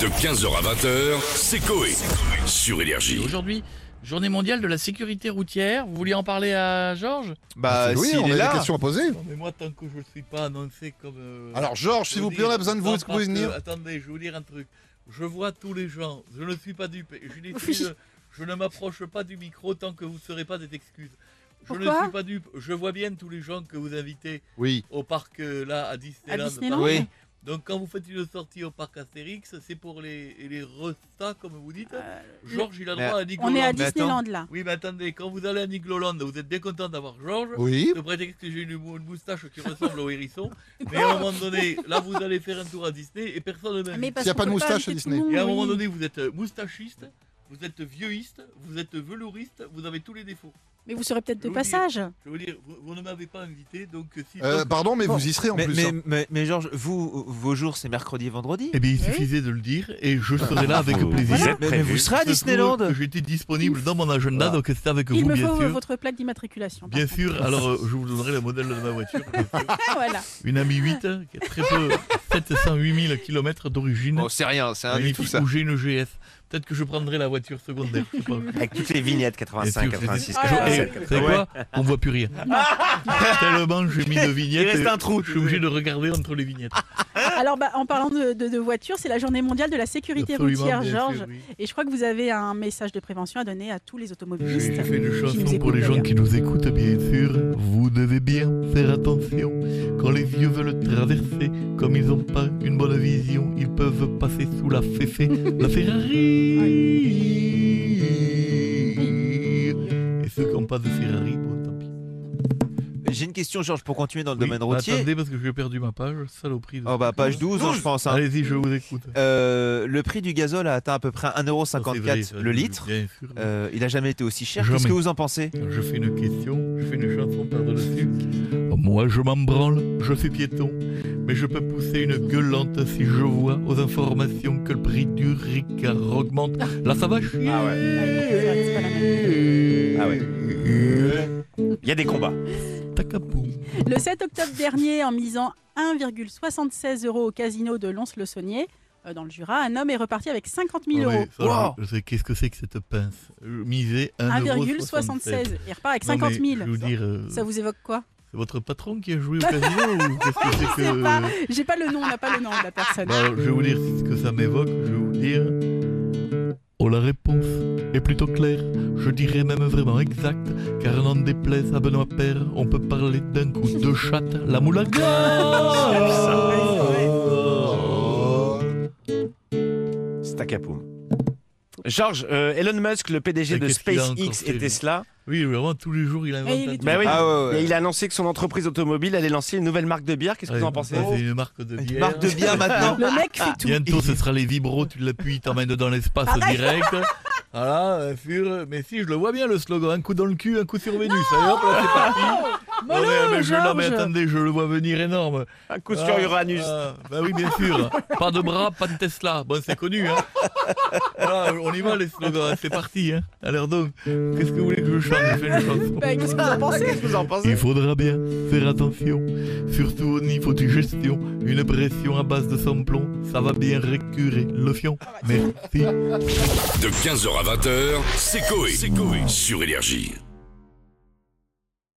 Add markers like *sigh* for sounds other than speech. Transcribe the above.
De 15h à 20h, c'est Coé. Sur Et Énergie. aujourd'hui, journée mondiale de la sécurité routière. Vous vouliez en parler à Georges Bah, Ah, oui, s'il on est a là. des questions à poser. Non, mais moi, tant que je ne suis pas annoncé comme. euh, Euh, Alors, Georges, s'il vous plaît, on a besoin de vous. Non, Est-ce que vous pouvez parce venir que, Attendez, je vais vous dire un truc. Je vois tous les gens. Je ne suis pas dupe. Je, n'ai- Oui. je- je ne m'approche pas du micro tant que vous ne serez pas des excuses. Je ne Pourquoi suis pas dupe. Je vois bien tous les gens que vous invitez Oui. au parc euh, là à Disneyland. À Disneyland Oui. Donc quand vous faites une sortie au parc Astérix, c'est pour les, les restas comme vous dites. Euh, Georges, il a mais- droit à Nicolas. On est à Mais attends. Disneyland là. Oui, mais attendez, quand vous allez à Nigloland, vous êtes bien content d'avoir Georges. Oui. Le prétexte que j'ai une, mou- une moustache qui ressemble au hérisson. Mais à un moment donné, là, vous allez faire un tour à Disney et personne ne m'invite. parce S'il y a pas de qu'on peut moustache à inviter tout le Disney. monde, Et à un oui. moment donné, vous êtes euh, moustachiste, vous êtes vieuxiste, vous êtes velouriste, vous avez tous les défauts. Mais vous serez peut-être Je de vous passage. Je veux dire, vous, vous ne m'avez pas invité, donc euh, si. Euh, pardon, mais Bon. vous y serez en Mais, plus. mais, hein. mais- mais Georges, vous, vos jours, c'est mercredi et Eh vendredi eh bien, il suffisait de le dire et je serai là avec Mais- mais, vous serez à Ah, Disneyland J'étais disponible dans mon agenda, Voilà. donc c'était avec Il vous, me bien faut sûr. votre plaque d'immatriculation. par Bien contre. sûr, alors euh, je vous donnerai le modèle de ma voiture. bien sûr. Ah, *laughs* voilà. Une amie 8 hein, qui a très peu, 708 000 km d'origine. Bon, Oh, c'est rien, c'est un Magnifique, nuit Ah, tout ça. Ou j'ai une GS. Peut-être que je prendrai la voiture secondaire. je sais pas. Avec toutes les vignettes 85, Bien sûr, 86, Ah, Je- ouais. 87, eh, vous savez quoi On voit plus rien. *laughs* Tellement j'ai mis de vignettes. Ah. Il reste et un trou, Je suis obligé de regarder entre les vignettes. Alors, bah, en parlant de, de, de voitures, c'est la journée mondiale de la sécurité Absolument, routière, bien sûr, Georges. oui. Et je crois que vous avez un message de prévention à donner à tous les automobilistes. J'ai fait une qui nous chanson pour écoutent les gens d'ailleurs. qui nous écoutent, bien sûr. Vous devez bien faire attention. Quand les vieux veulent traverser, comme ils n'ont pas une bonne vision, ils peuvent passer sous la féfé, la Ferrari. Et ceux qui n'ont pas de Ferrari, bon, tant pis. J'ai une question, Georges, pour continuer dans le Oui, domaine bah, routier. Attendez, parce que j'ai perdu ma page, saloperie. de- Oh, bah, page 12, hein, je pense. hein. Allez-y, je vous écoute. Euh, le prix du gazole a atteint à peu près Ça, Oh, c'est vrai, ça, 1,54€ le je- litre. Bien sûr. Euh, il n'a jamais été aussi cher. Jamais. Qu'est-ce que vous en pensez Je fais une question, je fais une chanson par-dessus. Moi je m'en branle, je suis piéton, mais je peux pousser une gueulante si je vois aux informations que le prix du Ricard augmente. Là ça va chier. Ah ouais. C'est vrai que c'est pas Ah la même. ouais. Il y a des combats. Tacapoum. Le 7 octobre dernier, en misant 1,76 euros au casino de Lons-le-Saunier, euh, dans le Jura, un homme est reparti avec 50 000 Non, mais euros. Ah ça, je- je sais, Qu'est-ce que c'est que cette pince Misée 1,76. 1,76. Il repart avec Non, mais 50 000. Je vais vous dire, euh, Ça vous évoque quoi c'est votre patron qui a *laughs* joué au casino ou qu'est-ce que c'est Je sais que. pas. J'ai pas le nom, on n'a pas le nom de la personne. Bah, alors, je vais vous dire ce que ça m'évoque, je vais vous dire. Oh, la réponse est plutôt claire, je dirais même vraiment exacte, car n'en déplaise à Benoît Père, on peut parler d'un coup de chatte, la moulaga C'est à Capoum. Georges, euh, Elon Musk, le PDG de Mais qu'est-ce qu'il a encore SpaceX fait, et lui Tesla, Oui, vraiment, tous les jours, il invente Et il un est truc. bah oui, Ah ouais, et ouais. il a annoncé que son entreprise automobile allait lancer une nouvelle marque de bière. Qu'est-ce que vous en Ouais, pensez ouais, C'est une marque de bière. Marque de bière maintenant. Le mec fait tout. Bientôt, ce sera les vibros, tu l'appuies, il t'emmène dans l'espace direct. Voilà, euh, fur, mais si, je le vois bien le slogan, un coup dans le cul, un coup sur Vénus. Allez hop, là, c'est parti. Bon, Non, mais, non, mais je, non, mais Georges. attendez, je le vois venir énorme. Un coup sur Ah, Uranus. ah, bah oui, bien sûr. Pas de bras, pas de Tesla. Bon, c'est connu. Hein. Voilà, on y va, les slogans. C'est parti. Hein. Alors donc, qu'est-ce que vous voulez que je chante Je fais une chanson. Bah, Qu'est-ce que vous en pensez Qu'est-ce que vous en pensez Il faudra bien faire attention, surtout au niveau du gestion. Une pression à base de samplon, ça va bien récurer le fion. Merci. De 15h à 20h, c'est Coé. Sur Énergie.